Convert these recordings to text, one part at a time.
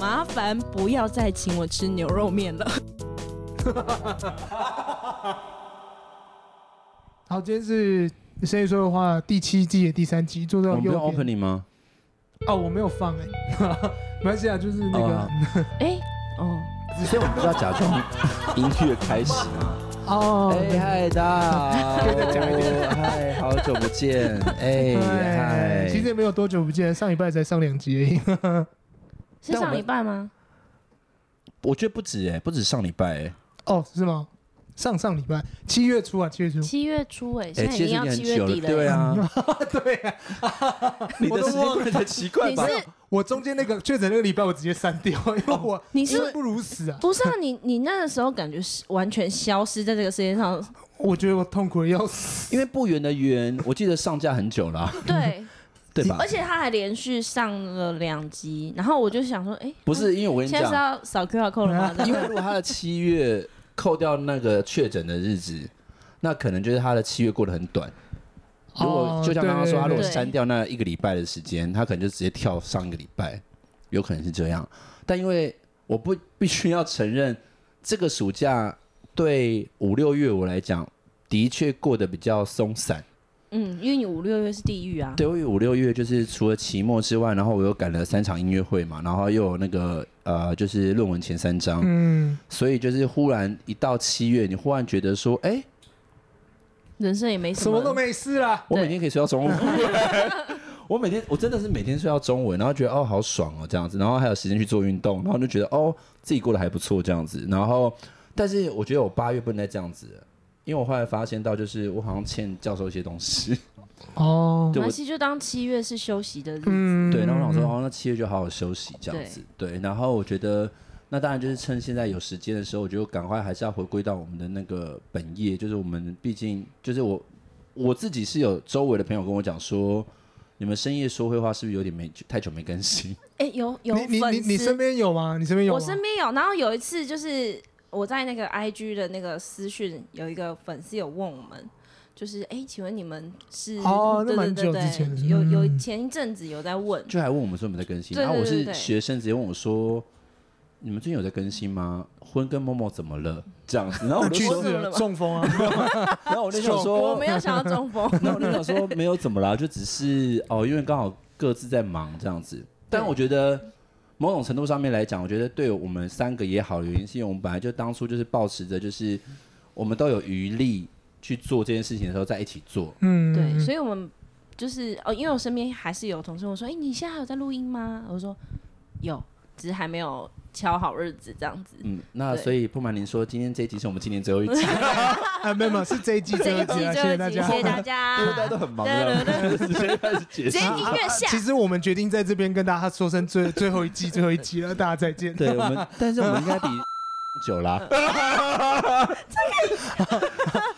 麻烦不要再请我吃牛肉面了。好，今天是谁说的话第七季的第三集，坐我到们不右用边。 opening 吗？哦，我没有放 哎、没关系啊，就是那个哦哎、哦，所以我们不是要假装明确开始吗？ 哦，哎嗨大家，跟着讲一点嗨，好久不见，哎哎嗨，其实也没有多久不见，上礼拜才上两集而已。 是上礼拜吗？我觉得不止哎，不止上礼拜哎，哦，是吗？上上礼拜七月初啊，七月初。七月初哎、现哎，在已其经实要你七很月久底了，了。 对啊，对啊，你的时间过得很奇怪你啊吧？是我中间那个确诊那个礼拜我直接删掉， 因为我你是生不如死啊！不是啊？你你那个时候感觉是完全消失在这个世界上，我觉得我痛苦的要死。因为不圆的圆，我记得上架很久了啊，对，对吧而？且他还连续上了两集，然后我就想说，哎、不是，因为我跟你现在是讲，要扫 QR code 了吗？ 因为如果他的七月扣掉那个确诊的日子，那可能就是他的七月过得很短。如果哦就像刚刚说，他如对果对对删掉那一个礼拜的时间，他可能就直接跳上一个礼拜，有可能是这样。但因为我不必须要承认，这个暑假对五六月我来讲，的确过得比较松散。嗯，因为你五六月是地狱啊。对，因为五六月就是除了期末之外，然后我又赶了三场音乐会嘛，然后又有那个呃，就是论文前三章，嗯，所以就是忽然一到七月，你忽然觉得说，哎、人生也没什么都没事啊啦。我对每天可以睡到中午。 我每天我真的是每天睡到中午，然后觉得哦好爽哦这样子，然后还有时间去做运动，然后就觉得哦自己过得还不错这样子，然后但是我觉得我八月不能再这样子了，因为我后来发现到就是我好像欠教授一些东西，哦，没对我关系，就当七月是休息的日子。嗯，对，然后我想说哦那七月就好好休息这样子，对，然后我觉得那当然就是趁现在有时间的时候，我觉得赶快还是要回归到我们的那个本业，就是我们毕竟就是我我自己是有周围的朋友跟我讲说，你们深夜说会话是不是有点没太久没更新？哎、有有你你粉你你丝身边有吗？你身边有我吗？身边有，然后有一次就是我在那个 IG 的那个私讯，有一个粉丝有问我们，就是哎、诶请问你们是哦那对蛮对对久之前的对，有有嗯前一阵子有在问， 就还问我们说有没有在更新，对然后我对对是对学生直接问我说，你们最近有在更新吗？婚跟某某怎么了？这样子，然后我就去说，世了，中风啊！然后我就想我说没，有想要中 风，然后我就想说没有怎么啦，就只是哦，因为刚好各自在忙这样子。但我觉得某种程度上面来讲，我觉得对我们三个也好，原因是因为我们本来就当初就是抱持着就是我们都有余力去做这件事情的时候在一起做，嗯，对，所以我们就是哦，因为我身边还是有同事问我说，哎、你现在还有在录音吗？我说有，只是还没有敲好日子这样子。嗯，那对所以不瞒您说，今天这一集是我们今年最后一集，啊，没有没有，是这 一季这这一一集季啊，谢就谢大家，谢谢大家因为，大家都很忙的， 直接开始直解释接。音乐下 其。实我们决定在这边跟大家说声最最后一季最后一集了，大家再 见。对我们，但是我们应该比 久啦，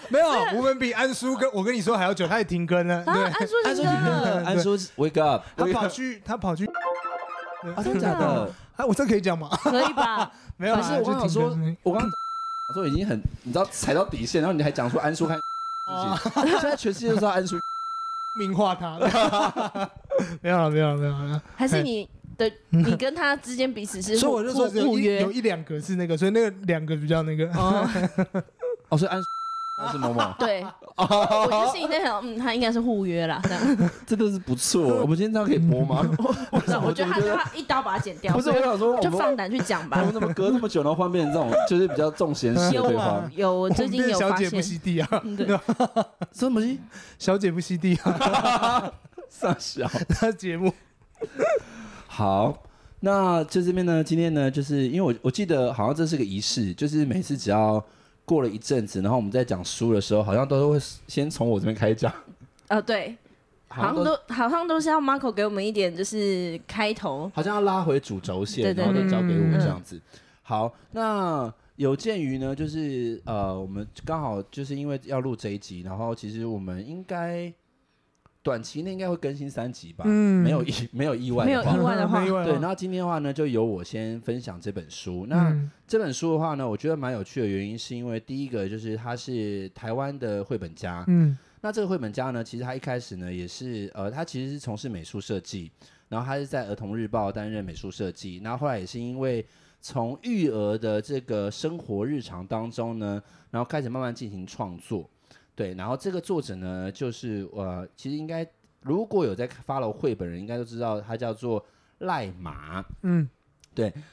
没有，我们比安叔跟我跟你说还要久，他也停更了。然后对，安叔停更 了，安叔 wake up，他跑去他跑去，啊，真的假真的的哦？啊，我这可以讲吗？可以吧？没有啊，可是我就刚想停说更了。，我刚刚说已经很，你知道踩到底线，然后你还讲说安叔看事情， 现在全世界都知道安叔。明化他， 没有了，没有了，没有了。还是你的你跟他之间彼 此是所以我就说互只有互一约有一两个是那个，所以那个两个比较那个。哦，哦，所以安那是某某， 对，我就心里在想，嗯，他应该是互约啦，这样。 真的是不错。我们今天这样可以播吗？我那我觉得他觉得他一刀把它剪掉，不是，我想说，我就们放胆去讲吧我。们怎么隔那么久，然后换变成这种就是比较重闲事的有对啊话？有，我 我最们近变有小发姐现不，吸地啊，嗯对， 什么东西？小姐不吸地啊， 傻小。那节目好，那就这边呢，今天呢，就是因为我我记得好像这是个仪式，就是每次只要过了一阵子，然后我们在讲书的时候，好像都会先从我这边开讲，呃， 对，好像都好像都是要 Marco 给我们一点就是开头，好像要拉回主轴线对，对嗯然后再交给我对这样子。好，那有鉴于呢，就是呃，我们刚好就是因为要录这一集，然后其实我们应该短期内应该会更新三集吧，嗯没有意 没有意外没的有话，意外的话没意外对。的话那今天的话呢，就由我先分享这本书。那、嗯这本书的话呢，我觉得蛮有趣的原因是因为第一个就是他是台湾的绘本家，嗯那这个绘本家呢，其实他一开始呢也是呃，他其实是从事美术设计，然后他是在儿童日报担任美术设计，然后后来也是因为从育儿的这个生活日常当中呢，然后开始慢慢进行创作。对，然后这个作者呢，就是呃，其实应该如果有在 follow 绘本人，应该都知道他叫做赖马。嗯，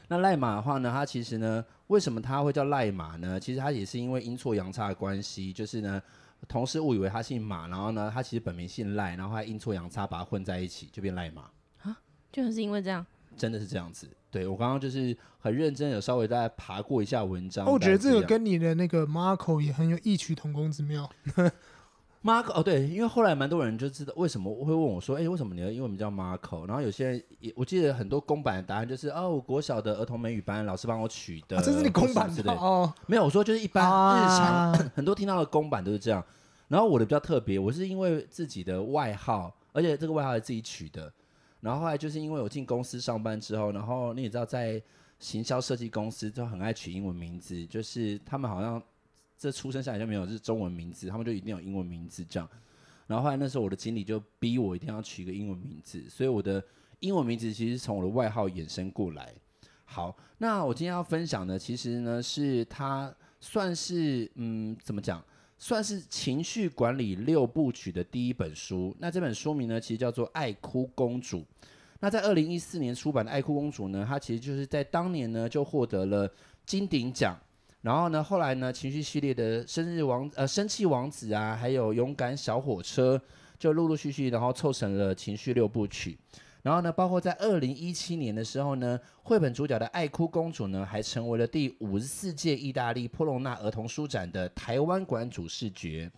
那赖马的话呢，它其实呢，为什么它会叫赖马呢？其实它也是因为阴错阳差的关系，就是呢，同事误以为他姓马，然后呢，他其实本名姓赖，然后他阴错阳差把它混在一起，就变赖马。就是因为这样，真的是这样子，对我刚刚就是很认真，有稍微大概爬过一下文章。哦我觉得这个大概样跟你的那个 Marco 也很有异曲同工之妙。 Marco 哦，对，因为后来蛮多人就知道为什么会问我说，哎，为什么你的英文名叫 Marco？然后有些人也，我记得很多公版的答案就是，哦，我国小的儿童美语班老师帮我取的，啊这是你公版之的类的。哦，没有，我说就是一般啊日常、很多听到的公版都是这样。然后我的比较特别，我是因为自己的外号，而且这个外号是自己取的。然后后来就是因为我进公司上班之后，然后你也知道，在行销设计公司就很爱取英文名字，就是他们好像这出生下来就没有是中文名字，他们就一定有英文名字这样。然后后来那时候我的经理就逼我一定要取一个英文名字，所以我的英文名字其实是从我的外号衍生过来。好，那我今天要分享的其实呢是它算是嗯怎么讲，算是情绪管理六部曲的第一本书。那这本书名呢其实叫做《爱哭公主》。那在二零一四年出版的《爱哭公主》呢，它其实就是在当年呢就获得了金鼎奖。然后呢，后来呢，情绪系列的《生日王》呃，《生气王子》啊，还有《勇敢小火车》，就陆陆续续，然后凑成了情绪六部曲。然后呢，包括在二零一七年的时候呢，绘本主角的爱哭公主呢，还成为了第五十四届意大利波隆纳儿童书展的台湾馆主视觉。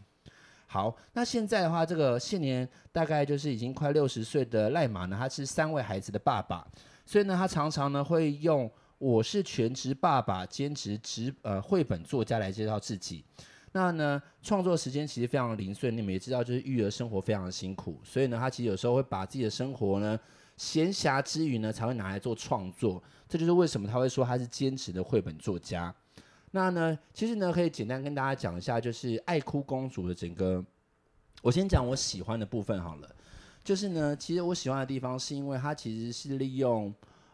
好，那现在的话，这个现年大概就是已经快六十岁的赖马呢，他是三位孩子的爸爸，所以呢，他常常呢会用“我是全职爸爸，兼职职呃绘本作家”来介绍自己。那呢，创作时间其实非常零碎，你们也知道，就是育儿生活非常的辛苦，所以呢，他其实有时候会把自己的生活呢，闲暇之余呢，才会拿来做创作。这就是为什么他会说他是兼职的绘本作家。那呢，其实呢，可以简单跟大家讲一下，就是《爱哭公主》的整个。我先讲我喜欢的部分好了，就是呢，其实我喜欢的地方是因为它其实是利用，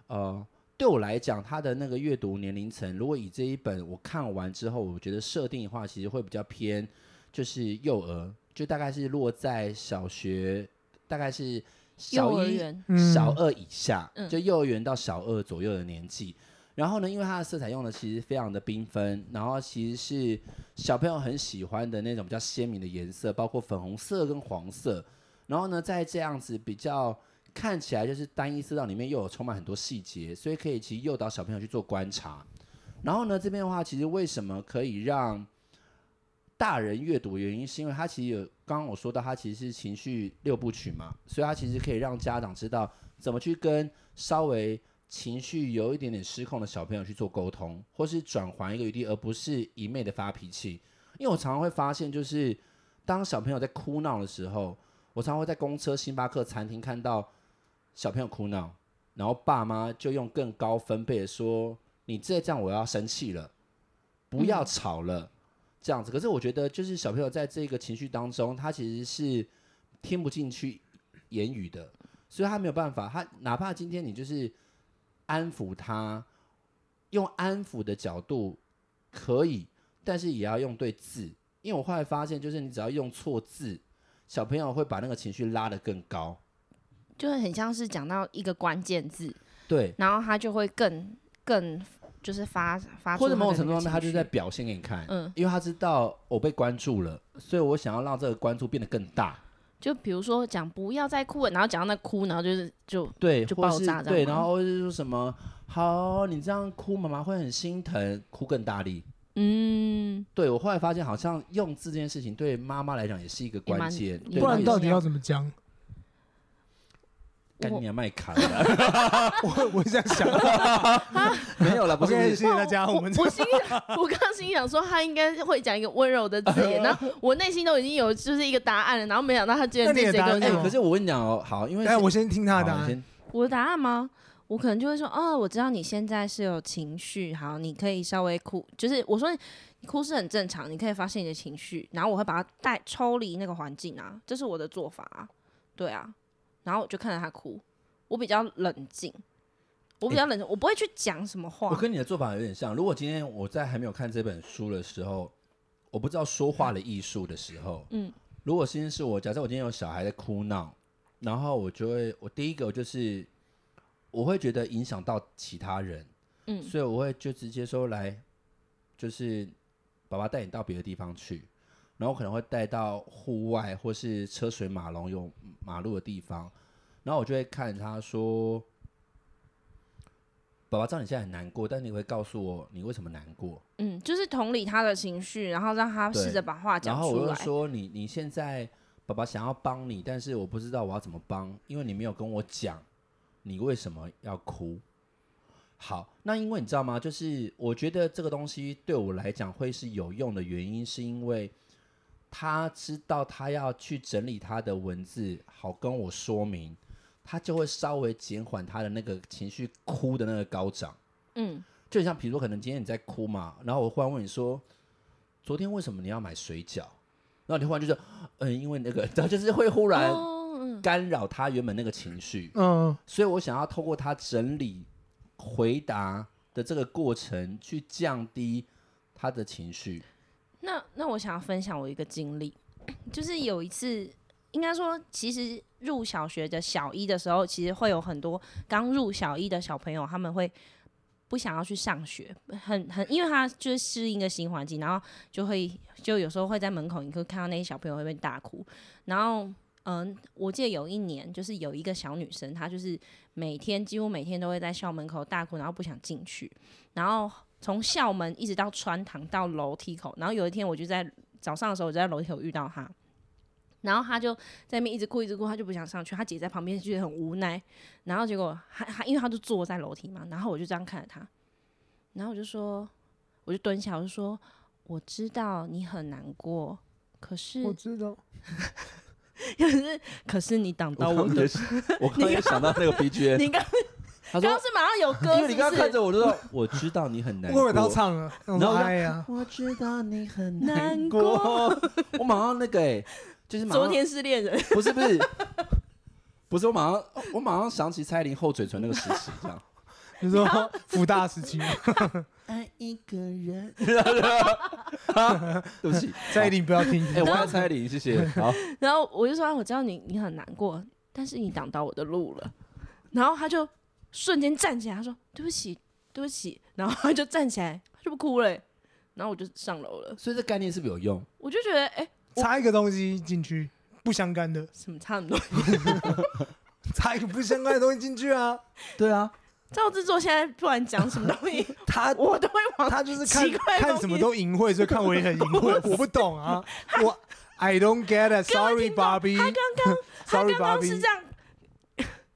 呃，对我来讲，它的那个阅读年龄层，如果以这一本我看完之后，我觉得设定的话，其实会比较偏就是幼儿，就大概是落在小学，大概是小幼儿一园，嗯小二以下，嗯就幼儿园到小二左右的年纪。然后呢，因为它的色彩用的其实非常的缤纷，然后其实是小朋友很喜欢的那种比较鲜明的颜色，包括粉红色跟黄色。然后呢，在这样子比较看起来就是单一色调里面又有充满很多细节，所以可以其实诱导小朋友去做观察。然后呢，这边的话，其实为什么可以让大人阅读的原因，是因为它其实有刚刚我说到，它其实是情绪六部曲嘛，所以它其实可以让家长知道怎么去跟稍微情绪有一点点失控的小朋友去做沟通，或是转还一个余地，而不是一昧的发脾气。因为我常常会发现，就是当小朋友在哭闹的时候，我常常会在公车、星巴克、餐厅看到小朋友哭闹，然后爸妈就用更高分贝的说：“你再这样，我要生气了，不要吵了。这样子。可是我觉得，就是小朋友在这个情绪当中，他其实是听不进去言语的，所以他没有办法。他哪怕今天你就是安抚他，用安抚的角度可以，但是也要用对字，因为我后来发现，就是你只要用错字，小朋友会把那个情绪拉得更高。就是很像是讲到一个关键字，对，然后他就会更更就是发发出或者他的某种程那度个上面，他情就是在绪表现给你看，嗯因为他知道我被关注了，所以我想要让这个关注变得更大，就比如说讲不要再哭了，然后讲到那哭，然后就是就对，就或爆是炸这样对，吗然后或者是说什么，好，你这样哭，妈妈会很心疼，哭更大力。嗯，对我后来发现，好像用字这件事情对妈妈来讲也是一个也关蛮键，也对不蛮然那到底要怎么讲？ 干我啊你娘卖砍了，我我这样想， 没有啦，不 OK，是谢谢大家，我们我心想，我刚刚心想说他应该会讲一个温柔的字眼，然后我内心都已经有就是一个答案了，然后没想到他居然那你直接的给答我案是哎、什讲么可是我跟你讲哦，好，因为哎，我先听他好的答你案。先我的答案吗？我可能就会说，哦，我知道你现在是有情绪，好，你可以稍微哭，就是我说你哭是很正常，你可以发泄你的情绪，然后我会把它带抽离那个环境啊，这是我的做法啊，对啊，然后我就看着他哭，我比较冷静，我比较冷静，我不会去讲什么话我，跟你的做法有点像。如果今天我在还没有看这本书的时候，我不知道说话的艺术的时候，嗯，如果先是我，假设我今天有小孩在哭闹，然后我就会，我第一个就是我会觉得影响到其他人，嗯，所以我会就直接说来，就是爸爸带你到别的地方去。然后我可能会带到户外或是车水马龙有马路的地方，然后我就会看他说：“爸爸知道你现在很难过，但你会告诉我你为什么难过。嗯，就是同理他的情绪，然后让他试着把话然讲后我出就来，说你你现在爸爸想要帮你，但是我不知道我要怎么帮，因为你没有跟我讲你为什么要哭。好，那因为你知道吗？就是我觉得这个东西对我来讲会是有用的原因，是因为他知道他要去整理他的文字，好跟我说明，他就会稍微减缓他的那个情绪哭的那个高涨。嗯，就像比如说，可能今天你在哭嘛，然后我忽然问你说，昨天为什么你要买水饺？然后你忽然就说，嗯，因为那个， 然后就是会忽然哦，嗯干扰他原本那个情绪，嗯，所以我想要透过他整理回答的这个过程，去降低他的情绪。那那我想要分享我一个经历，就是有一次，应该说，其实入小学的小一的时候，其实会有很多刚入小一的小朋友，他们会不想要去上学，很很，因为他就是适应一个新环境，然后就会就有时候会在门口，你会看到那些小朋友会被大哭，然后。嗯，我记得有一年，就是有一个小女生，她就是每天几乎每天都会在校门口大哭，然后不想进去，然后从校门一直到穿堂到楼梯口，然后有一天我就在早上的时候，我就在楼梯口遇到他，然后他就在那边一直哭一直哭，他就不想上去，他姐在旁边就觉得很无奈，然后结果他他因为他就坐在楼梯嘛，然后我就这样看着他，然后我就说，我就蹲下，我就说我知道你很难过，可是我知道， 可是可是你挡到我的， 是，我刚刚也想到那个 BGM，你刚他刚说刚，是马上有歌，因为你刚是刚不是看着我就说，我知道你很难我以为他过。唱了，然然后我就哎呀，我知道你很难难过过，我马上那个哎、就是马上昨天是恋人， 不是不是 不是，我马上我马上想起蔡依林厚嘴唇那个时期，这样。你说福大时期，爱一个人， 啊对不起，再一定不要听。哎，我爱蔡依林，谢谢。好，然后我就说、啊我知道你你很难过，但是你挡到我的路了。然后他就瞬间站起来，他说对不起，对不起。然后他就站起来，他就不哭了欸、然后我就上楼了，所以这概念是不是有用？我就觉得哎、插一个东西进去，不相干的，什么差那么多？插一个不相干的东西进去啊。对啊，照制作现在不管讲什么东 西，他我都会往他就是看奇怪的东看西什么都淫秽，所以看我也很淫秽，我不懂啊，我 I don't get it, 各位 sorry 听众 Bobby，他刚刚他 Sorry，刚刚是 Barbie 这样，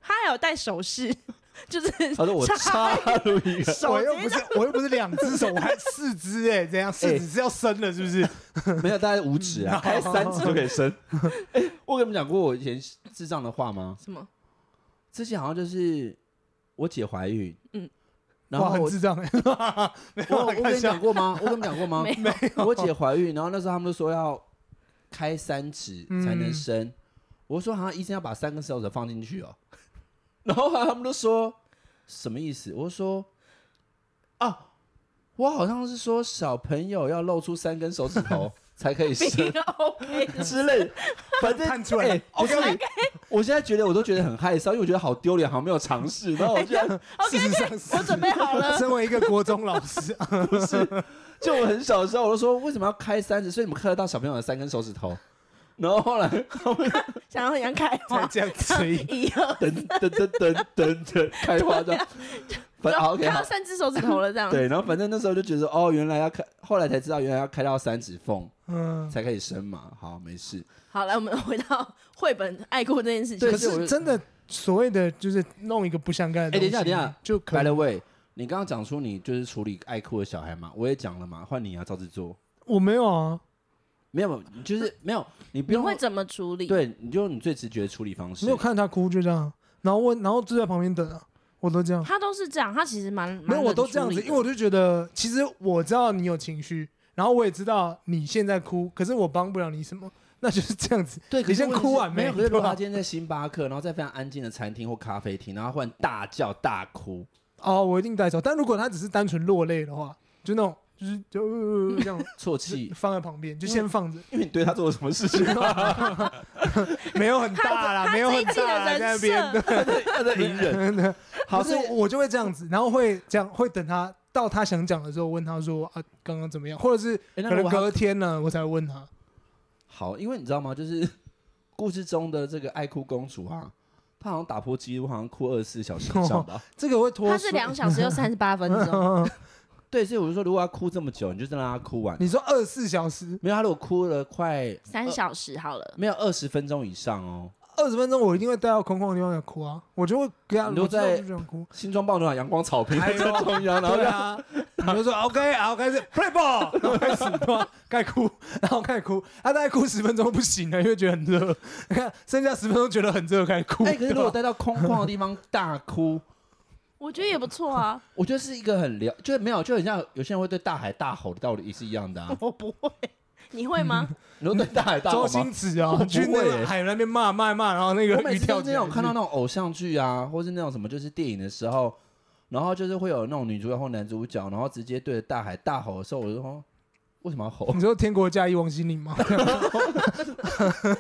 他还有戴首饰，就是他说我 插入一个，手我又直接不是我又不是两只手，我还四只哎，这样四指是要生了是不是？没有，大概五指 啊，开三指就可以伸。哎，我跟你们讲过我以前智障的话吗？什么？ 之前好像就是我姐怀孕，嗯嗯，然后哇，很我智障哎，没有啊我我 开跟玩你讲笑，过吗？我跟你讲过吗？没没有，我姐怀孕，然后那时候他们都说要开三指才能生，嗯我说好像医生要把三根手指头放进去哦， 然后他们都说什么意思？我说 啊，我好像是说小朋友要露出三根手指头才可以生 OK 的。 之类，反正看出来了哎我告 诉你，我现在觉得我都觉得很害臊，因为我觉得好丢脸，好没有尝试。然后我居然 事实上 是哎 我准备好了，身为一个国中老师，啊不是，就我很小的时候，我就说为什么要开三指？所以你们看得到小朋友的三根手指头。然后后来他们想要很想开才花，，这样吹 啊以 后噔噔噔噔噔噔开花这样，啊反正好 OK 看好到，三只手指头了这样。对，然后反正那时候就觉得哦，原来要开，后来才知道原来要开到三指缝嗯，才可以生嘛。好，没事，好，来我们回到绘本爱哭这件事情对可。可是我是真的所谓的就是弄一个不相干的哎东西，等一下等一下就可 By 能 the way，你刚刚讲出你就是处理爱哭的小孩嘛，我也讲了嘛，换你啊，照着做。我没有啊，没有，就是没有，你不你用会怎么处理？，对，你就用你最直觉的处理方式。没有看他哭就这样，啊然后问，然后就在旁边等啊，我都这样，他都是这样，他其实蛮没有我都这样子，因为我就觉得其实我知道你有情绪，然后我也知道你现在哭，可是我帮不了你什么，那就是这样子，对，可你是先问题哭是完没没有？可是如果对吧他今天在星巴克，然后在非常安静的餐厅或咖啡厅，然后忽然大叫大哭，哦，我一定带走，但如果他只是单纯落泪的话，就那种就是就、呃这 样啜就泣，放在旁边，就先放着，因为你对他做了什么事 情？没有很大啦，他没有很他这一季的大啦，在那人 边。设，他在隐 忍。好，好是所以我就会这样子，然后会这样，会等他到他想讲的时候，问他说啊，刚刚怎么样，或者是诶哎那可能如果他隔天呢，我才问他。好，因为你知道吗？就是 故事中的这个爱哭公主啊，她好像打破记录，好像哭二十四小时以上 吧。这个会拖。他是两小时又哦三十八分钟， 嗯对，所以我就说，如果要哭这么久，你就真的让她哭完。你说二十四小时，没有，她如果哭了快三呃小时好了。没有二十分钟以上哦。二十分钟，我一定会带到空旷的地方来哭啊，我就会给他，你都我知道在我就这样哭。新装棒球场、阳光草坪哎呦 这中央，然后对让啊， 你就说 OK，好开始 play ball，然后开始对吧？开始哭，然后开始哭，他大概哭十分钟不行了，因为觉得很热。你看剩下十分钟觉得很热，开始哭。哎，可对是吧如果带到空旷的地方大哭，我觉得也不错啊，我觉得是一个很疗，就是没有，就很像有些人会对大海大吼的道理也是一样 的啊。我不会，你会吗？嗯你说对大海大吼 哦周星？吗驰我啊，不去那会欸个海那边骂骂一骂，然后那个我每鱼次跳都起是来那种看到去那种偶像剧啊，或是那种什么就是电影的时候，然后就是会有那种女主角或男主角，然后直接对着大海大吼的时候，我就说为什么要 吼你？说《天国嫁衣》王心凌吗？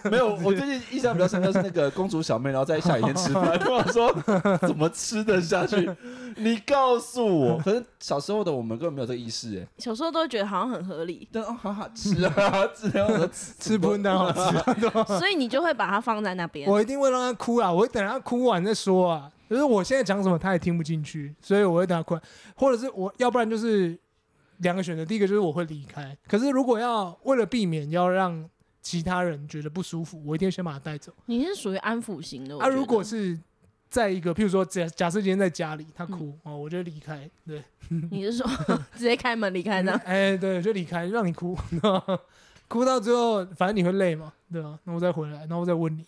没有，我最近印象比较深刻是那个公主小妹，然后在下雨天吃 饭，我说怎么吃得下去？你告诉我，可是小时候的我们根本没有这个意识哎、小时候都会觉得好像很合 理，但哦，好好吃啊，吃然后我说吃吃喷的好吃，对吧所以你就会把它放在那边。我一定会让他哭啊！我会等他哭完再说啊。就是我现在讲什么他也听不进去，所以我会等他哭完，或者是我要不然就是两个选择，第一个就是我会离开。可是如果要为了避免要让其他人觉得不舒服，我一定会先把他带走。你是属于安抚型的。我啊，觉得如果是在一个譬如说假假设今天在家里他哭、哦，我就离开，对，你是说 直接开门离开这样，哎、对，就离开，让你哭， 哭到最后，反正你会累嘛，对吧、那我再回来，然后我再问你，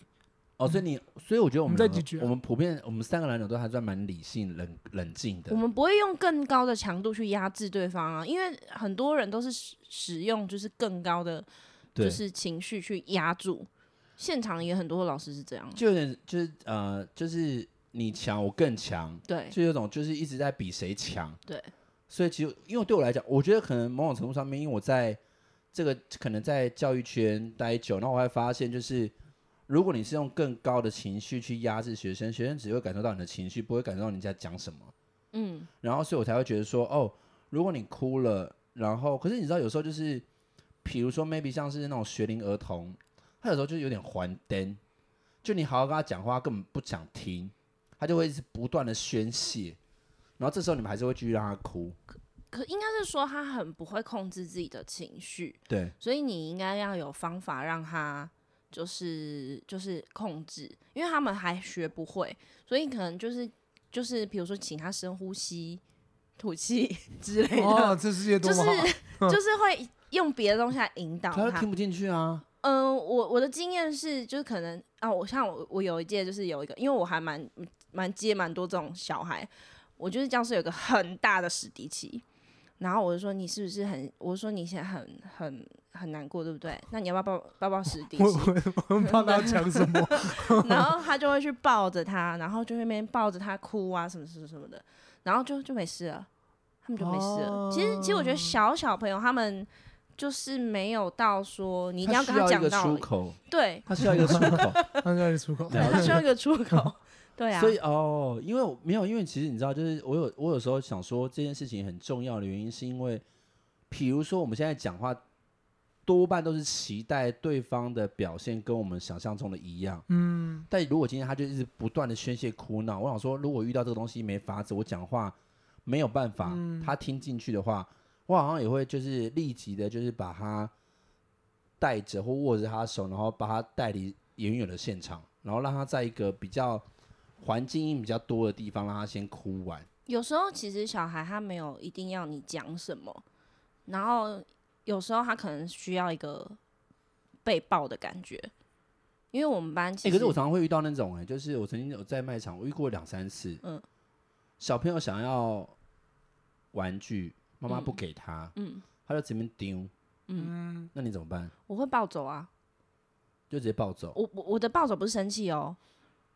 哦，所以你，所以我觉得我们我们在两个解决啊我们普遍我们三个男友都还算蛮理性、冷冷静的我。们不会用更高的强度去压制对方啊，因为很多人都是使使用就是更高的对，就是情绪去压住。现场也很多老师是这样，就有点就是呃，就是你强我更强，对就有种就是一直在比谁强。对，所以其实因为对我来讲，我觉得可能某种程度上面，因为我在这个可能在教育圈待久，然后我还发现就是。如果你是用更高的情绪去压制学生，学生只会感受到你的情绪，不会感受到你在讲什么。嗯，然后所以我才会觉得说，哦，如果你哭了，然后可是你知道有时候就是，比如说 maybe 像是那种学龄儿童，他有时候就是有点还灯，就你好好跟他讲话，他根本不想听，他就会一直不断的宣泄，然后这时候你们还是会继续让他哭，可应该是说他很不会控制自己的情绪，对，所以你应该要有方法让他就是就是控制，因为他们还学不会，所以可能就是就是比如说请他深呼吸、吐气之类的，哦，这世界多哎就么是好啊，就是会用别的东西来引导他他会。听不进去啊，嗯、我我的经验是，就是可能啊，我像我我有一届就是有一个，因为我还蛮蛮接蛮多这种小孩，我就是教室有一个很大的史迪奇，然后我就说你是不是很，我说你现在很很很难过，对不对？那你要不要抱抱抱史迪我奇？我我很怕他讲什么， 然后他就会去抱着他，然后就那边抱着他哭啊，什么什么什么的，哦然后就就没事了，他们就没事了。其实其实我觉得小小朋友他们就是没有到说你一定它要需跟他一讲个到出，口，对，它需要一个出口，他在出口， 了他解需要一个出 口，对啊，啊所以哦，因为我没有，因为其实你知道，就是我有我有时候想说这件事情很重要的原因，是因为，比如说我们现在讲话，多半都是期待对方的表现跟我们想象中的一样。 嗯，但如果今天他就一直不断的宣泄哭闹，我想说，如果遇到这个东西没法子，我讲话没有办法，他听进去的话，我好像也会就是立即的，就是把他带着或握着他的手，然后把他带离原有的现场，然后让他在一个比较环境音比较多的地方，让他先哭完。有时候其实小孩他没有一定要你讲什么，然后有时候他可能需要一个被抱的感觉，因为我们班其哎、实、可是我常常会遇到那种、哎，就是我曾经有在卖场，我遇过两三次，嗯小朋友想要玩具，妈妈嗯不给他，嗯他就直接丢，嗯，那你怎么办？我会抱走啊，就直接抱走。我我我的抱走不是生气哦，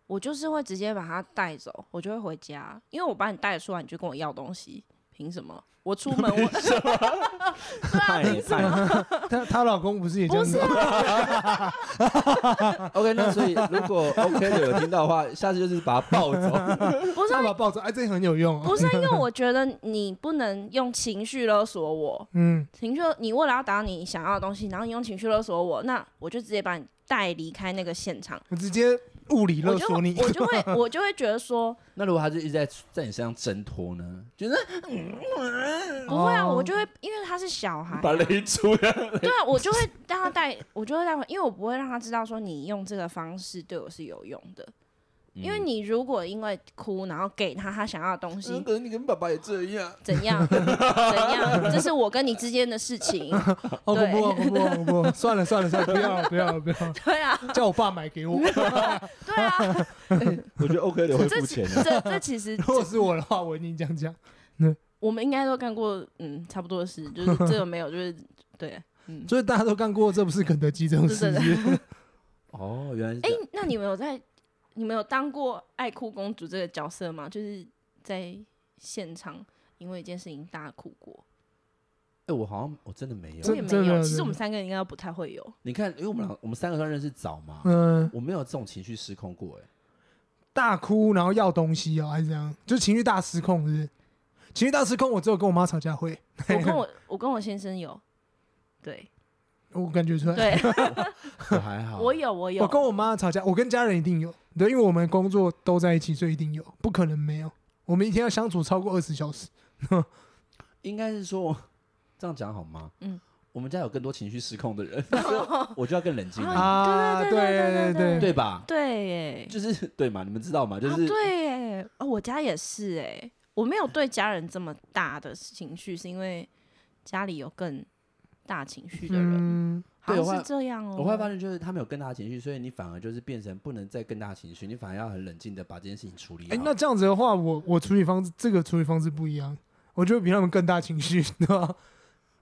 我就是会直接把他带走，我就会回家，因为我把你带出来，你就跟我要东西，凭什么？我出门 我太 太她她老公不是也这样不是子？啊， OK，那所以如 果 OK 的有听到的话，下次就是把他抱走。 不是他啊把抱着，哎，这很有用哦，不是啊因为我觉得你不能用情绪勒索我，嗯，情绪勒，你为了要达到你想要的东西，然后你用情绪勒索我，那我就直接把你带离开那个现场。我直接物理勒我就索你，我就 会我就会觉得说，那如果他就一直在在你身上挣脱呢，就是不会啊，哦我就会因为他是小孩啊、 把雷出来。对啊，我就 会让他带，我就会带回，因为我不会让他知道说你用这个方式对我是有用的，嗯因嗯为你如果因为哭然后给他他想要的东西，嗯是你跟爸爸也这样，怎样怎样，这是我跟你之间的事 情，哦，对不不不不不不，啊算了算了算了，不要了不要了不要了，对啊， 叫我爸买给我。对啊， 我觉得 OK 的 会这付其钱的。这这其实如果是 我的话，我一定这样讲。我们应该都干过，嗯，差不多的事，就是这个没有，就是对，嗯，所以大家都干过，这不是肯德基这种事对情。哦，原来是这哎、样。那你们有在，你们有当过爱哭公主这个角色吗？就是在现场因为一件事情大哭过，哎，我好像我真的没我有。也没真的有。真其实的我们三个应该都不太会有，你看，因为我们俩我们三个算认识早嘛，嗯，我没有这种情绪失控过。哎，大哭然后要东西哦，还是这样，就是情绪大失控，是不是？情绪大失控，我只有跟我妈吵架会，我跟我我跟我先生有，对我感觉出来。对，我还好。我有我有，哦我跟我妈吵架，我跟家人一定有，对，因为我们工作都在一起，所以一定有，不可能没有。我们一天要相处超过二十小嗯时，应该是说这样讲好吗？嗯嗯，我们家有更多情绪失控的 人，所以我就要更冷静一点，啊对对对对对对对吧？对耶，就是对嘛，你们知道嘛？就啊是对耶，哦，我家也是哎，我没有对家人这么大的情绪，是因为家里有更大情绪的人。嗯，好对我像是会这样哦、我会发现，就是他们有更大的情绪，所以你反而就是变成不能再更大的情绪，你反而要很冷静的把这件事情处理好。哎，那这样子的话，我我处理方式，这个处理方式不一样，我就会比他们更大情绪， 对吧？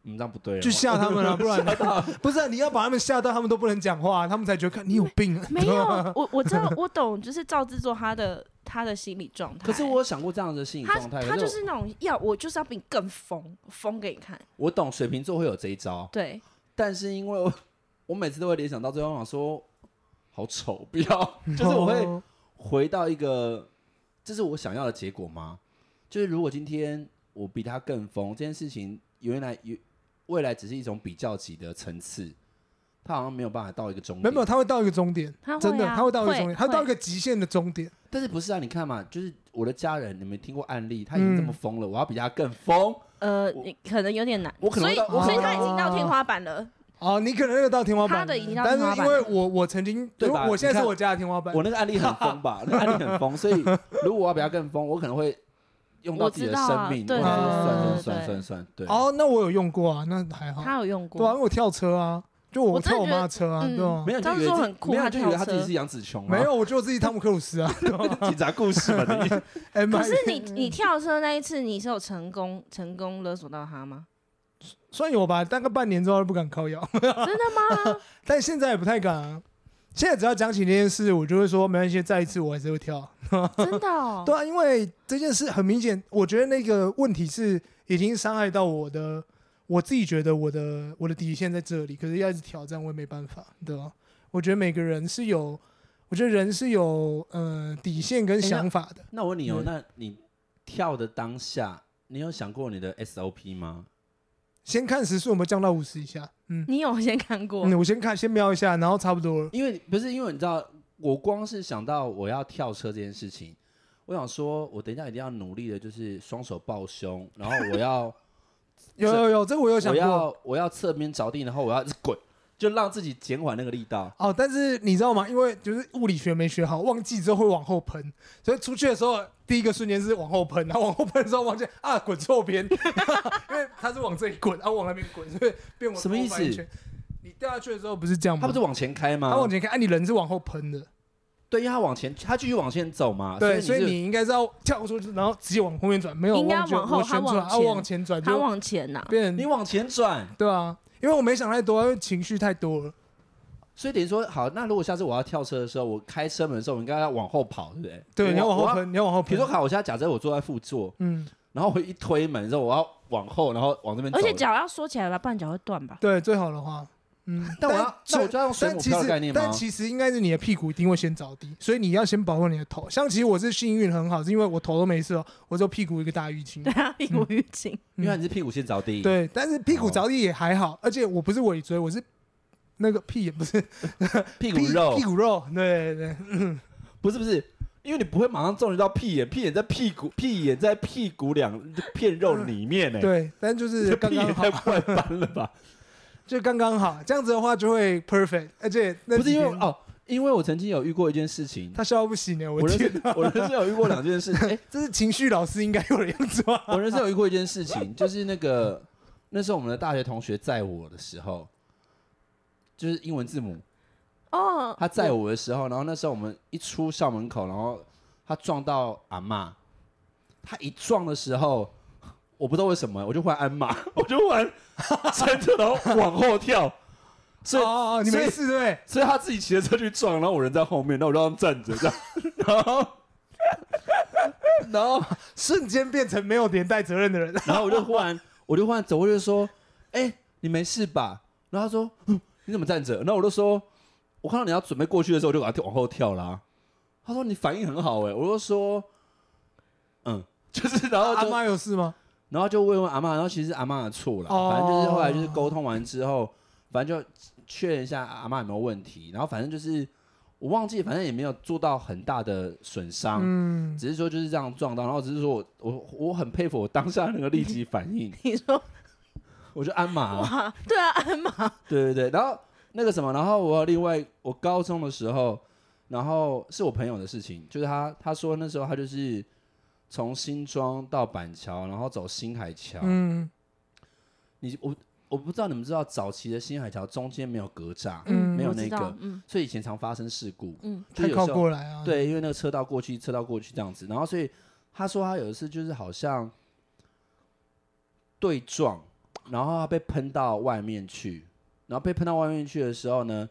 嗯，这样不对哦，去吓他们啊，不然 不是啊你要把他们吓到，他们都不能讲话，啊他们才觉得看你有病啊。没有， 我我知道，我懂，就是赵制作他的他的心理状态。可是我有想过这样的心理他状态，他可就是是那种要我就是要比你更疯，疯给你看。我我懂水瓶座会有这一招，对，但是因为我 我每次都会联想到最后，我想说好丑，不 要，就是我会哦回到一个，这是我想要的结果吗？就是如果今天我比他更疯，这件事情原来有未来只是一种比较级的层次，他好像没有办法到一个终没有点没。有，他会到一个终点，他会啊真的，他会到一个会终点，他会到一会个极限的终点。但是不是啊？你看嘛，就是我的家人，你们听过案例，他已嗯经这么疯了，我要比他更疯，呃，我你可能有点难。我可所能以会到所以他已经到哦天花板了。哦，你可能那个到天花板，他的已经到但天花是板因为了我我曾经，对因为吧我现你在看是我家的天花板，我那个案例很疯吧？ 那个案例很疯，所以如果我要比他更疯，我可能会用到自己的生命，我知道我啊还对对对是算算算算算，对。哦，那我有用过啊，那还哦好，他有用对啊，过，因为我跳车啊，就我我真的跳我觉得妈的车啊，嗯对吧？没有，你就当以时为我自很酷没有，他你就以为跳他自己车是杨紫琼啊，没有，我觉得我自己汤姆克鲁斯啊， 警察故事嘛， 你 哎妈可呀是 你你跳车那一次，你是有成功成功勒索到他吗？算有吧，大概半年之后都不敢靠腰， 真的吗？但现在也不太敢啊。现在只要讲起那件事，我就会说没关系，再一次我还是会跳。啊真的哦。对啊，因为这件事很明显，我觉得那个问题是已经伤害到我的我自己觉得我的我的底线在这里，可是要一直挑战我也没办法，对吧？我觉得每个人是有，我觉得人是有呃底线跟想法的。那我问你哦，嗯那你跳的当下，你有想过你的 SOP 吗？先看时速有没有降到五十以下，嗯，你有先看过？嗯我先看先瞄一下，然后差不多了。因为不是因为你知道，我光是想到我要跳车这件事情，我想说，我等一下一定要努力的，就是双手抱胸，然后我要有有有，这个我 有想我过。要我要侧边着地，然后我要一直滚，就让自己减缓那个力道。哦，但是你知道吗？因为就是物理学没学好，忘记之后会往后喷，所以出去的时候第一个瞬间是往后喷，然后往后喷的时候忘记啊滚错边， 因为它是往这里滚，然后往那边滚，所以变往什么意思后翻一圈你掉下去的时候不是这样吗？他不是往前开吗？嗯它往前看，哎、你人是往后喷的，对，因为他往前，他继续往前走嘛。对，所啊所以以你是你应该是要跳出去，然后直接往后面转，没有应该忘记往后我旋转，它往前啊往前转他就往前啊呐、变成你往前转，对啊，因为我没想太多，因为情绪太多了。所以等于说，好，那如果下次我要跳车的时候，我开车门的时候，我应该要往后跑，对不对？对，我你要往我后喷，你要往后比喷如说，。好，我现在假设我坐在副座，嗯，然后我一推门之后，我要往后，然后往这边走。而且脚要缩起来吧，不然脚会断吧。 对，最好的话，嗯，但我要，那我就要用水但母其漂的概实，念吗但？其实应该是你的屁股一定会先着地，所以你要先保护你的头。像其实我是幸运很好，是因为我头都没事哦，我只有屁股一个大淤青对。啊，嗯屁股淤 青。因为你是屁股先着地。，对，但是哦屁股着地也还好，而且我不是尾椎，我是那个屁也不是屁股屁肉屁股肉，对对对，不是不是，因为你不会马上中觉到屁眼，屁眼在屁股，屁眼在屁股两片肉里面呢、欸。对，但就这是刚屁眼刚好太，外翻 了吧？就刚刚好，这样子的话就会 perfect，而且那不是因为几天哦，因为我曾经有遇过一件事情，他笑到不行呢，我我人天生，我人生有遇过两件事情，哎，这是情绪老师应该有的样子吧？我人生有遇过一件事情，就是那个那时候我们的大学同学载我的时候，就是英文字母，哦，他载我的时候，然后那时候我们一出校门口，然后他撞到阿嬷，他一撞的时候，我不知道为什么，我就忽然鞍马，我就忽然撑着，然后往后跳，所以哦哦，你所以没事对不对？所以他自己骑着车去撞，然后我人在后面，那我让他站着这样，然后然后瞬间变成没有连带责任的 人，然后我就忽然，我就忽然走过去说：“哎、你没事吧？”然后他说：“嗯你怎么站着？”然后我就说：“我看到你要准备过去的时候，我就把它往后跳啦、他说：“你反应很好哎、我就说：“嗯，就是。”然后阿就，妈有事吗？然后就慰问阿妈，然后其实是阿妈的错啦，哦反正就是后来就是沟通完之后，反正就确认一下阿妈有没有问题，然后反正就是我忘记，反正也没有做到很大的损伤。嗯，只是说就是这样撞到，然后只是说我我我很佩服我当下那个立 即反应，你说我就鞍马、哇，对啊，鞍马对对对。然后那个什么，然后我另外我高中的时候，然后是我朋友的事情，就是他他说那时候他就是从新庄到板桥，然后走新海桥。嗯你我我不知道你们知道早期的新海桥中间没有格栅，嗯，没有我那知道个，嗯所以以前常发生事故。 嗯，就太有靠时候过来啊。，对，因为那个车道过去，车道过去这样子。然后所以他说他有一次就是好像对撞，然后他被喷到外面去，然后被喷到外面去的时候呢，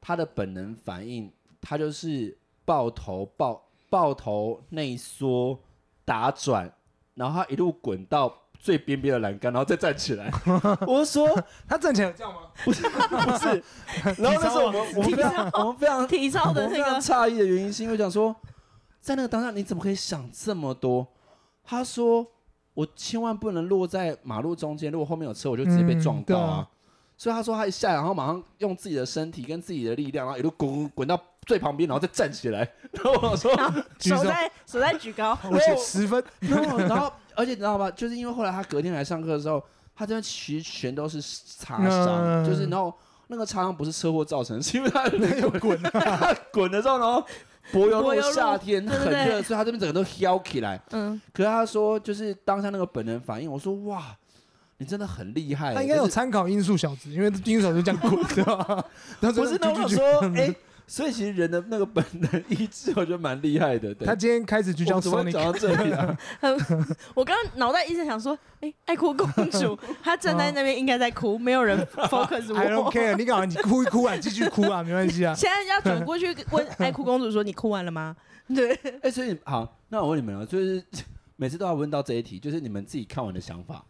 他的本能反应他就是抱头抱抱头内缩打转，然后他一路滚到。最边边的栏杆，然后再站起来。 我就说他站起来有这样吗？不是不是， 然后那时候我们我们非常我们非常体操的我非那常个，诧异的原因是因为讲说，在那个当下你怎么可以想这么多？他说我千万不能落在马路中间，如果后面有车，我就直接被撞到嗯对啊啊。所以他说他一下来，然后马上用自己的身体跟自己的力量，然后一路滚滚滚到最旁边，然后再站起来。然后我说，然后举手手在手在举 高，我写十分， no，然 后而且你知道吗？就是因为后来他隔天来上课的时候，他这边其实全都是擦伤，嗯就是然后那个擦伤不是车祸造成，是因为他有滚啊！他滚的时候，然后柏油柏路油路夏天对对很热，对所以他这边整个都飘起来。嗯，可是他说，就是当下那个本能反应，我说哇，你真的很厉害、欸他应该有就是参考音速小子，因为音速小子这样滚，对 吧？然后不是？那就就我想说，哎、所以其实人的那个本能意志，我觉得蛮厉害的。对，他今天开始就我叫们怎 Sonic，么会讲到这里啊？我刚刚脑袋一直想说，哎，爱哭公 主，她站在那边应该在哭，没有人 focus 哦 I don't 我。 care，你赶快你哭一哭啊，继续哭啊，没关系 啊。现在要转过去问爱哭公主说：“你哭完了吗？”对， 哎、所哦 以好，那我问你们啊，就是每次都要问到这一题，就是你们自己看完的想法。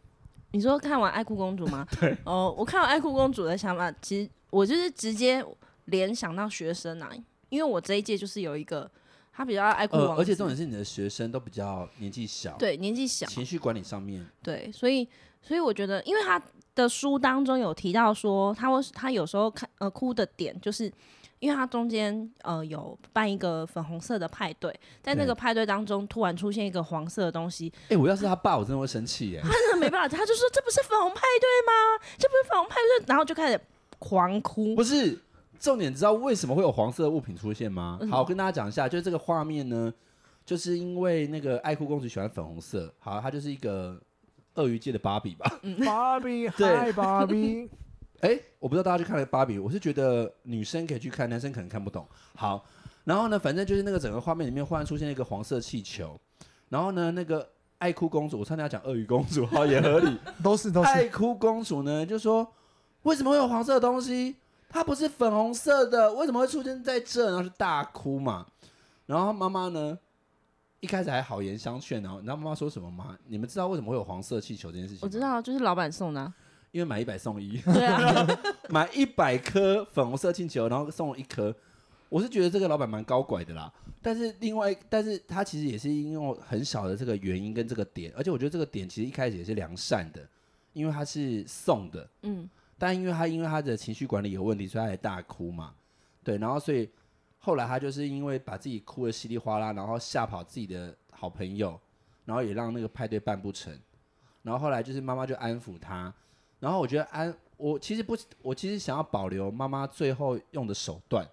你说看完《爱哭公主》 吗？对。哦，我看完《爱哭公主》的想法，其实我就是直接联想到学生啊，因为我这一届就是有一个他比较爱哭呃，王子、而且重点是你的学生都比较年纪小，，对年纪小，情绪管理上面，对，所以所以我觉得，因为他的书当中有提到说，他会他有时候看呃哭的点，就是因为他中间呃有办一个粉红色的派对，在那对个派对当中突然出现一个黄色的东西，哎、我要是他爸，我真的会生气耶、真的没办法，他就说这不是粉红派对吗？这不是粉红派对，然后就开始狂哭不。是，重点知道为什么会有黄色的物品出现吗？嗯好，我跟大家讲一下，就是这个画面呢，就是因为那个爱哭公主喜欢粉红色，好，她就是一个鳄鱼界的芭比吧。芭比，嗯对嗨，芭比，哎、我不知道大家去看了芭比，我是觉得女生可以去看，男生可能看不懂。好，然后呢，反正就是那个整个画面里面忽然出现一个黄色气球，然后呢，那个爱哭公主，我差点要讲鳄鱼公主，好也合理。 都 是都是。爱哭公主呢就说：“为什么会有黄色的东西？它不是粉红色的，为什么会出现在这？”然后就大哭嘛。然后妈妈呢，一开始还好言相劝，然后你知道妈妈说什么吗？你们知道为什么会有黄色气球这件事情？我知，道，就是老板送的啊、因为买一百送一。对啊，买一百颗粉红色气球，然后送了一颗。我是觉得这个老板蛮高拐的啦，但是另外，但是他其实也是因为很小的这个原因跟这个点，而且我觉得这个点其实一开始也是良善的，因为他是送的， 嗯，但因为他因为他的情绪管理有问题，所以他也大哭嘛，对，然后所以后来他就是因为把自己哭的稀里哗啦，然后吓跑自己的好朋友，然后也让那个派对办不成，然后后来就是妈妈就安抚他，然后我觉得安我其实不，我其实想要保留妈妈最后用的手段，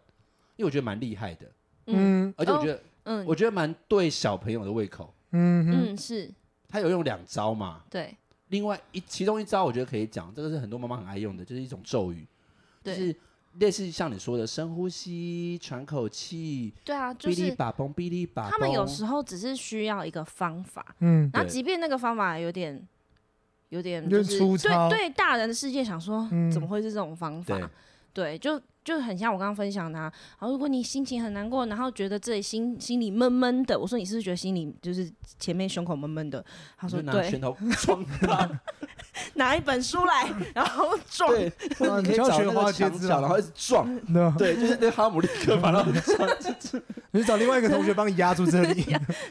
因为我觉得蛮厉害的，嗯而且我觉得、嗯我觉得蛮对小朋友的胃口，嗯哼嗯是他有用两招嘛，对另外一其中一招，我觉得可以讲，这个是很多妈妈很爱用的，就是一种咒语，就对、是类似像你说的深呼吸、喘口气、对啊，就哔哩是吧嘣、哔哩吧嘣。他们有时候只是需要一个方法，嗯，然后对即便那个方法有点有点有就点是粗糙对对大人的世界想说、嗯怎么会是这种方法对？对，就就很像我刚刚分享的、啊。然后如果你心情很难过，然后觉得自己心心里闷闷的，我说你是不是觉得心里就是前面胸口闷闷的？他你说就拿对拳，头 撞他，拿一本书来，然后撞。对，或者哇你可以你教找学那花个街墙知角，道然后一直撞， 对 吧，对，就是那哈姆立克把他们撞。 你去找另外一个同学帮你压住这里。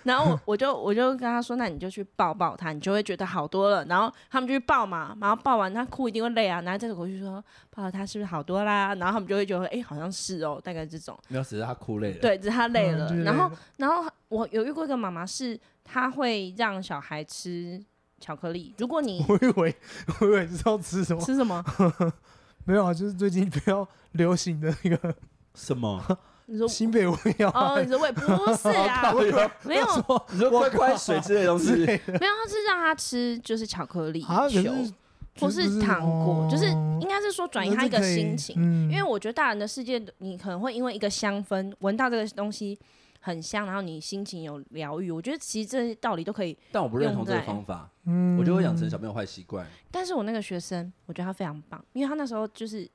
然后我我就我就跟他说，那你就去抱抱他，你就会觉得好多了。然后他们就去抱嘛，然后抱完他哭一定会累啊，然后这个回去说抱他是不是好多啦？然后他们就会觉得，哎、好像是哦，大概这种。没有，只是他哭累了。，对，只是他累嗯 了。就是然累后了，然后我有遇过一个妈妈，是她会让小孩吃巧克力。如果 你我以为我以为你知道吃什么，吃什么？ 没有啊，就是最近比较流行的那个 什 么？你说新北文谣啊，哦， 你说喂， 不是啊，靠腰没有说你说乖乖水之类的东西，没有，他是让他吃就是巧克力啊，可是球或是糖果，就是哦应该是说转移他一个心情。因因为我觉得大人的世界，你可能会因为一个香氛闻到这个东西很香，然后你心情有疗愈。我觉得其实这些道理都可以，但我不认同这个用在方法，嗯我就会养成小朋友坏习惯。但是我那个学生，我觉得他非常棒，因为他那时候就是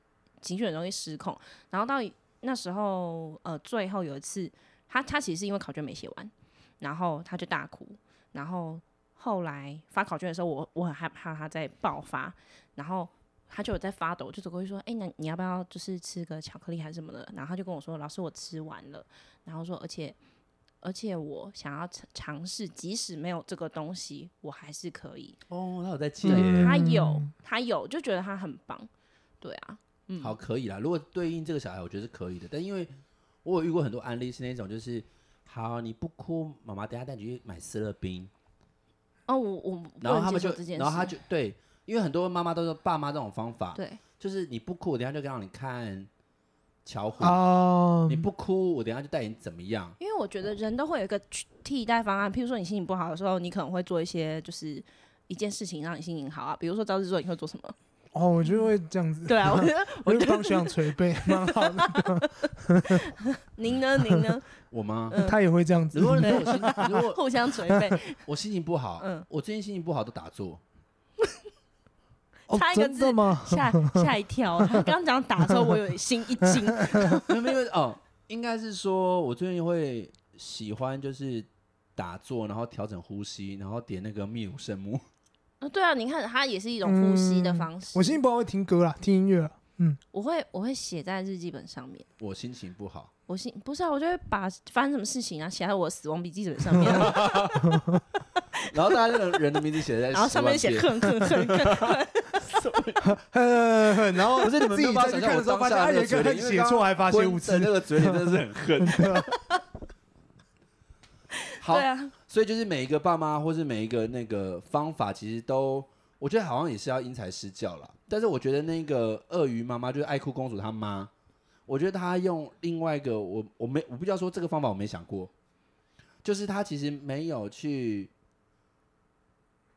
情绪很容易失控，然后到那时候呃最后有一次，他他其实是因为考卷没写完，然后他就大哭，然后后来发考卷的时候，我我很害怕他在爆发，然后。他就有在发抖，我就走过去说：“哎、那你要不要就是吃个巧克力还是什么的？”然后他就跟我说：“老师，我吃完了。”然后说：“而且而且我想要尝尝试，即使没有这个东西，我还是可以。”哦，他有在戒耶。对他有，他有，就觉得他很棒。对啊，嗯，好，可以啦。如果对应这个小孩，我觉得是可以的。但因为我有遇过很多案例是那种，就是好你不哭，妈妈等下带你去买斯乐冰，哦，我我不然后能他们接就受这，件事，然后他就对，因为很多妈妈都是爸妈这种方法，对就是你不哭，我等下就让你看巧虎；啊你，不哭，我等下就带你怎么样。因为我觉得人都会有一个去替代方案，譬如说你心情不好的时候，你可能会做一些就是一件事情让你心情好啊，比如说早知道你会做什么？ 哦，我就会这样子，对啊，我觉得 我我就觉帮学得长捶背，蛮 好的，您呢，您呢，我吗？嗯他也会这样子如。果你我心，如果互相捶背，我心情不好，嗯我最近心情不好都打坐，哦差一个真字的吗？吓吓一跳。啊他刚讲打的时候，我有心一 惊。没有没有哦，应该是说我最近会喜欢就是打坐，然后调整呼吸，然后点那个秘鲁圣木。啊，对啊，你看它也是一种呼吸嗯的方式。我心情不好会听歌啦，听音乐 啦。我会我会写在日记本上面。 我心情不好，我心不是啊，我就会把发生什么事情啊写在我死亡笔记本 上面，然后大家那个人的名字写在，然后上面写，恨恨 恨恨，呃，然后不是你 们自没有己办再法去想看的象我时候，当发现下啊的有一嘴个脸，人因为写刚错还发刚泄昏无的知，那个嘴脸真的是很恨。 好对，啊，所以就是每一个爸妈或是每一个那个方法，其实都我觉得好像也是要因材施教啦。但是我觉得那个鳄鱼妈妈就是爱哭公主她妈，我觉得她用另外一个我我没我不知道说这个方法我没想过，就是她其实没有去，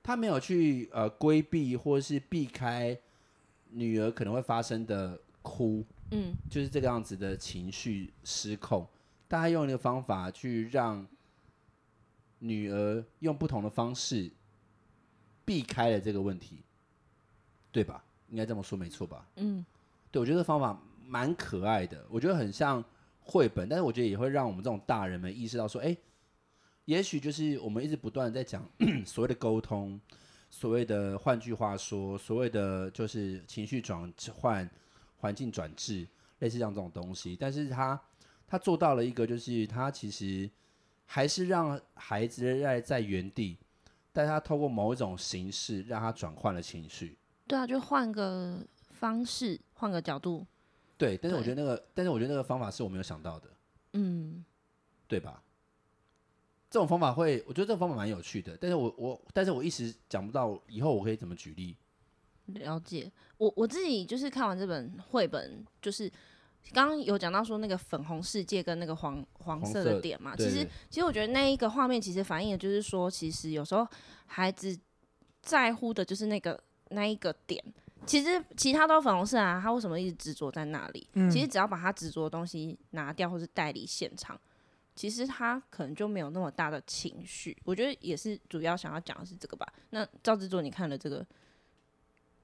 她没有去呃规避或是避开女儿可能会发生的哭，嗯，就是这个样子的情绪失控，大家用一个方法去让女儿用不同的方式避开了这个问题，对吧？应该这么说没错吧？嗯，对，我觉得这方法蛮可爱的，我觉得很像绘本，但是我觉得也会让我们这种大人们意识到说，哎，也许就是我们一直不断的在讲 所谓的沟通，所谓的换句话说，所谓的就是情绪转换、环境转置，类似像这种东西，但是他他做到了一个，就是他其实还是让孩子在在原地，但他透过某一种形式让他转换了情绪。对啊，就换个方式，换个角度，对，但是我对觉得那个，但是我觉得那个方法是我没有想到的，嗯，对吧？这种方法会，我觉得这个方法蛮有趣的，但是我我，但是我一时讲不到，以后我可以怎么举例？了解。我我自己就是看完这本绘本，就是刚刚有讲到说那个粉红世界跟那个黄黄色红的色点嘛，对啊其实对其实我觉得那一个画面其实反映的就是说，其实有时候孩子在乎的就是那个那一个点。其实其他都粉红色啊，他为什么一直执着在那里？嗯其实只要把他执着的东西拿掉，或是带离现场，其实他可能就没有那么大的情绪。我觉得也是主要想要讲的是这个吧。那赵制作，你看了这个，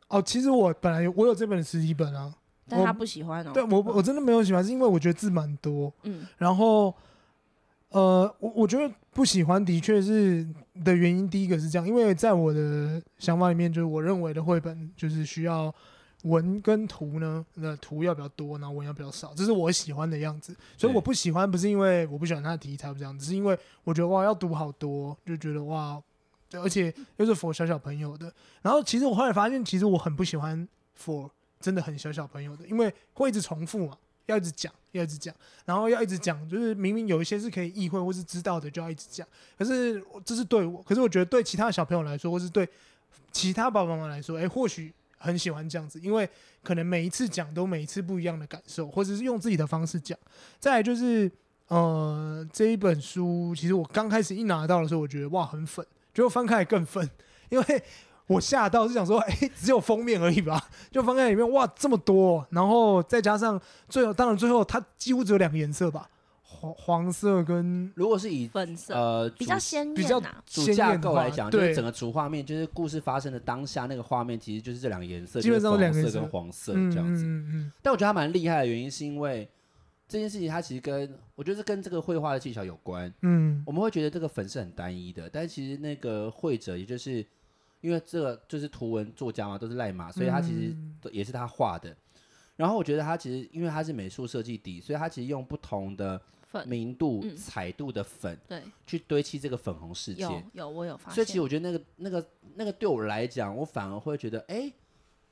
哦，其实我本来有我有这本实体本啊，但我他不喜欢哦。但我我真的没有喜欢，是因为我觉得字蛮多，嗯，然后，呃，我我觉得不喜欢的确是的原因，第一个是这样，因为在我的想法里面，就是我认为的绘本就是需要文跟图呢，那图要比较多，然后文要比较少，这是我喜欢的样子。所以对我不喜欢不是因为我不喜欢它的题材不这样，只是因为我觉得哇要读好多，就觉得哇，而且又是 for 小小朋友的。然后其实我后来发现，其实我很不喜欢 for 真的很小小朋友的，因为会一直重复嘛，要一直讲，要一直讲。然后要一直讲，就是明明有一些是可以意会或是知道的，就要一直讲。可是我这是对我，可是我觉得对其他小朋友来说，或是对其他爸爸妈妈来说，哎，或许很喜欢这样子，因为可能每一次讲都每一次不一样的感受，或者是用自己的方式讲。再来就是，呃，这一本书，其实我刚开始一拿到的时候，我觉得哇很粉，结果翻开来更粉，因为。我吓到是想说，哎、只有封面而已吧？ 就翻开里面，哇，这么多，然后再加上最后，当然最后它几乎只有两个颜色吧，黄黄色跟如果是以粉色、呃比较主鲜嗯比较艳啊呐，主鲜架艳的构来话讲，就是对整个主画面，就是故事发生的当下那个画面，其实就是这两个颜色，基本上两就是个粉红颜色色跟黄色嗯这样子。嗯嗯但我觉得他蛮厉害的原因，是因为这件事情它其实跟我觉得是跟这个绘画的技巧有关。嗯，我们会觉得这个粉是很单一的，但其实那个绘者，也就是因为这个就是图文作家嘛，都是赖马，所以他其实都也是他画的。然后我觉得他其实因为他是美术设计底，所以他其实用不同的粉，明度、嗯彩度的粉对，去堆砌这个粉红世界。有有我有发现。所以其实我觉得那个那个那个对我来讲，我反而会觉得，哎，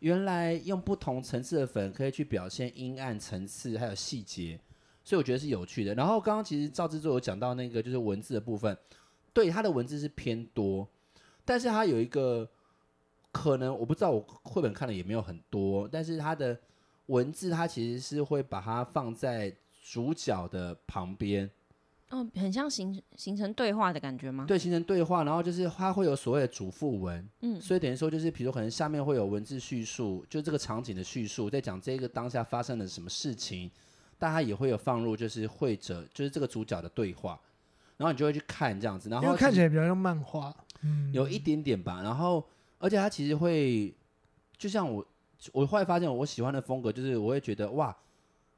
原来用不同层次的粉可以去表现阴暗层次还有细节，所以我觉得是有趣的。然后刚刚其实赵制作有讲到那个就是文字的部分，对他的文字是偏多，但是他有一个可能我不知道，我绘本看的也没有很多，但是他的文字他其实是会把它放在主角的旁边。嗯，很像形形成对话的感觉吗？对，形成对话，然后就是它会有所谓的主副文，嗯所以等于说就是，比如可能下面会有文字叙述，就这个场景的叙述，在讲这个当下发生了什么事情，但它也会有放入就是会者，就是这个主角的对话，然后你就会去看这样子，然因后为看其起实来比较像漫画，嗯，有一点点吧，然后而且它其实会，就像我，我后来发现我喜欢的风格就是我会觉得哇。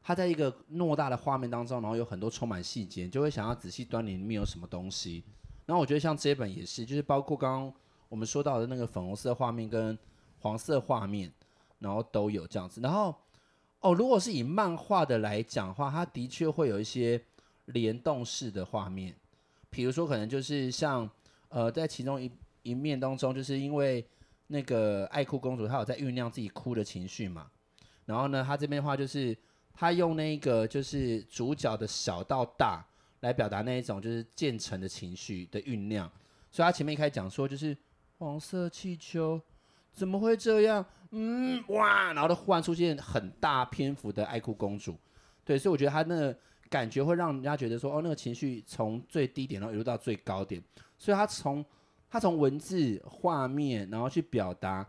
它在一个偌大的画面当中，然后有很多充满细节，你就会想要仔细端倪里面有什么东西。然后我觉得像这一本也是，就是包括刚刚我们说到的那个粉红色画面跟黄色画面，然后都有这样子。然后哦，如果是以漫画的来讲的话，它的确会有一些联动式的画面，比如说可能就是像呃，在其中一一面当中，就是因为那个爱哭公主她有在酝酿自己哭的情绪嘛，然后呢，她这边的话就是她用那个就是主角的小到大来表达那一种就是渐层的情绪的酝酿，所以她前面一开始讲说就是黄色气球怎么会这样？嗯哇，然后就忽然出现很大篇幅的爱哭公主，对，所以我觉得她那个感觉会让人家觉得说，哦，那个情绪从最低点，然后一路到最高点，所以她从她从文字、画面，然后去表达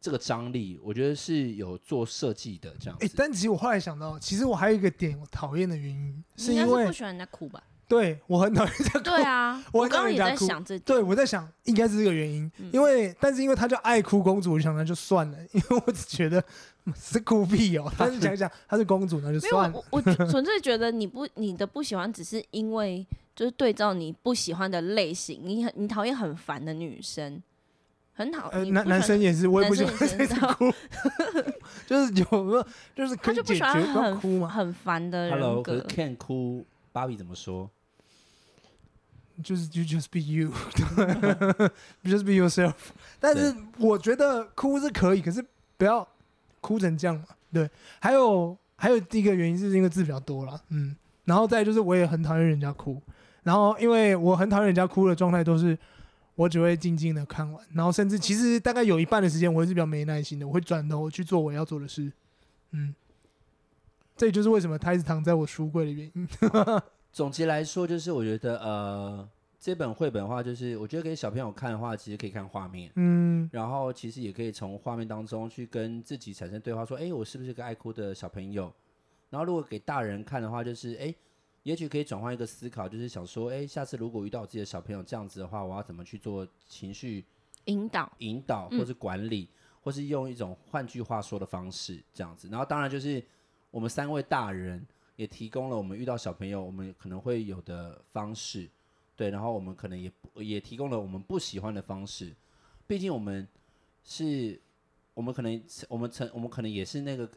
这个张力，我觉得是有做设计的这样哎、子。但其实我后来想到，其实我还有一个点我讨厌的原因，是你应因该是为不喜欢人家哭 吧？对我很讨厌 这个。对啊，我我刚刚也在看人家哭想这点，对，我在想，应该是这个原因，因为但是因为她叫爱哭公主，我就想那就算了， 因为我只觉得嗯是哭屁哦。但是想一想她是公主，那就没有算了。 我我纯粹觉得你不你的不喜欢只是因为就是对照你不喜欢的类型，你很你讨厌很烦的女生，很讨呃，你男不喜欢男生也是，我也不喜欢男生这也次是哭， 就是有没有就是可他以就不解喜决，欢不要哭很嘛，很烦的 Hello，人可是格。 Ken 哭，芭比怎么说？就是 you just be you，对 just be yourself。但是我觉得哭是可以，可是不要哭成这样嘛。对，还有还有第一个原因是因为字比较多啦，嗯，然后再来就是我也很讨厌人家哭，然后因为我很讨厌人家哭的状态都是。我只会静静的看完，然后甚至其实大概有一半的时间，我是比较没耐心的，我会转头去做我要做的事。嗯，这也就是为什么它一直躺在我书柜的原因。总结来说，就是我觉得呃，这本绘本的话，就是我觉得给小朋友看的话，其实可以看画面，嗯，然后其实也可以从画面当中去跟自己产生对话，说，哎，我是不是个爱哭的小朋友？然后如果给大人看的话，就是哎，也许可以转换一个思考，就是想说，哎，下次如果遇到我自己的小朋友这样子的话，我要怎么去做情绪引导，引导或是管理，或是用一种换句话说的方式这样子。然后当然就是我们三位大人也提供了我们遇到小朋友我们可能会有的方式，对，然后我们可能也不也提供了我们不喜欢的方式，毕竟我们是。我们可能，我们曾，我们可能也是那个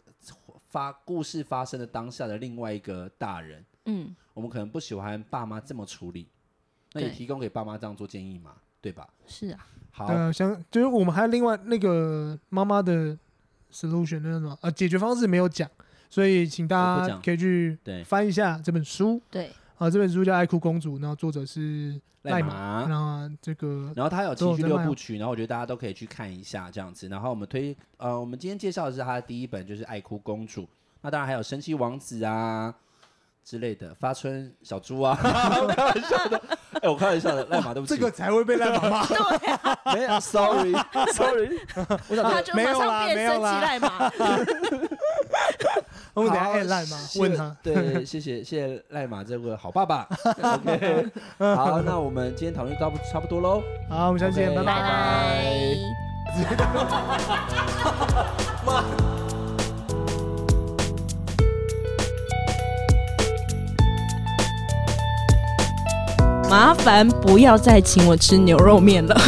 发故事发生的当下的另外一个大人，嗯，我们可能不喜欢爸妈这么处理，那也对提供给爸妈这样做建议嘛，对吧？是啊，好，呃，像就是我们还有另外那个妈妈的 solution 那叫什么呃解决方式没有讲，所以请我大不家讲可以去对，翻一下这本书对，啊、这本书叫《爱哭公主》，然后作者是赖赖马，马，啊那这个然后它有啊情绪六部曲，然后我觉得大家都可以去看一下这样子。然后我们推呃，我们今天介绍的是它的第一本，就是《爱哭公主》，那当然还有《神奇王子》啊之类的，发春小猪啊， 我开玩笑的，哎、我开玩笑的，赖 马对不起，这个才会被赖马 骂。没有，sorry sorry，我想他说就呃没马有啦上变没有身啦起来嘛。我们等一下好哎赖 马谢问他， 对，谢谢谢谢赖马这位好爸爸。OK，好，那我们今天讨论到差不多喽。好，我们下次见， OK，拜拜拜拜。 麻烦不要再请我吃牛肉面了。